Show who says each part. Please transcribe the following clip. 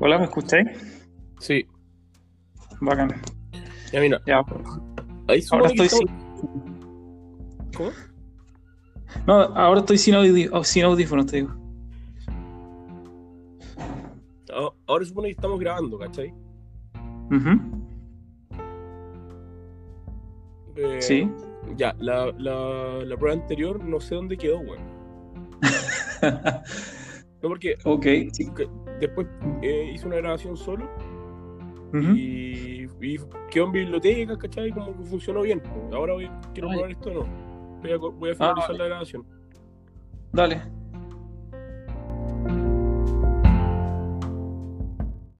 Speaker 1: Hola, ¿me escucháis?
Speaker 2: Sí,
Speaker 1: Bacán.
Speaker 2: ya mira.
Speaker 1: Ya, ahora
Speaker 2: Ahí supone que
Speaker 1: estoy sin.
Speaker 2: estamos- ¿Cómo?
Speaker 1: No, ahora estoy sin, audi- oh, sin audífonos, te digo.
Speaker 2: Ah, Ahora supone que estamos grabando, ¿cachai?
Speaker 1: Ujú,
Speaker 2: Eh,
Speaker 1: Sí.
Speaker 2: Ya, la, la, la prueba anterior no sé dónde quedó, weón. No, porque
Speaker 1: ok, sí.
Speaker 2: que- después eh, hice una grabación solo
Speaker 1: Ujú.
Speaker 2: y, y quedó en biblioteca, ¿cachai? Como que funcionó bien. Ahora voy, quiero
Speaker 1: Ay.
Speaker 2: probar esto, ¿no? Voy a, co- voy a
Speaker 1: Ah,
Speaker 2: finalizar la grabación.
Speaker 1: Dale.